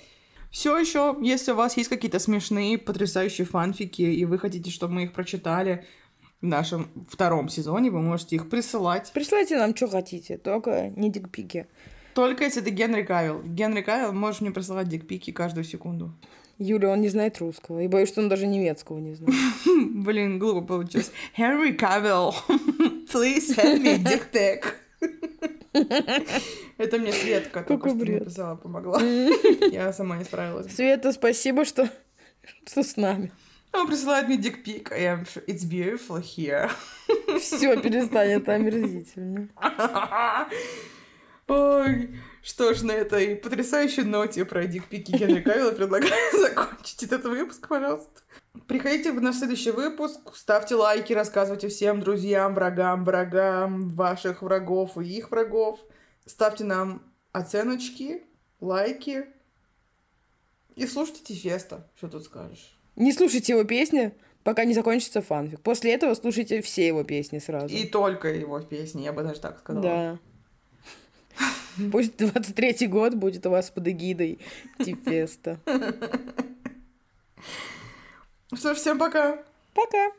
Все еще, если у вас есть какие-то смешные, потрясающие фанфики, и вы хотите, чтобы мы их прочитали в нашем втором сезоне, вы можете их присылать.
Присылайте нам, что хотите, только не дикпики.
Только если ты Генри Кавилл. Генри Кавилл, можешь мне присылать дикпики каждую секунду. [laughs]
Юля, он не знает русского. И боюсь, что он даже немецкого не знает.
Блин, глупо получилось. Henry Cavill, [laughs] please send me dick pic. [laughs] Это мне Светка только
Какой
что
бред.
написала,
[laughs]
помогла. Я сама не справилась.
Света, спасибо, что, [laughs] что с нами.
Он присылает мне дикпик. I am sure It's beautiful here.
Все перестанет омерзительно.
[laughs] Ой, что ж, на этой [laughs] потрясающей ноте про дикпики Генри Кавилла предлагаю закончить этот выпуск, пожалуйста. Приходите в наш следующий выпуск, ставьте лайки, рассказывайте всем друзьям, врагам, врагам, ваших врагов и их врагов. Ставьте нам оценочки, лайки и слушайте Феста. Что тут скажешь?
Не слушайте его песни, пока не закончится фанфик. После этого слушайте все его песни сразу.
И только его песни, я бы даже так сказала.
Да. Пусть 23-й год будет у вас под эгидой Тифеста.
Что ж, всем пока!
Пока!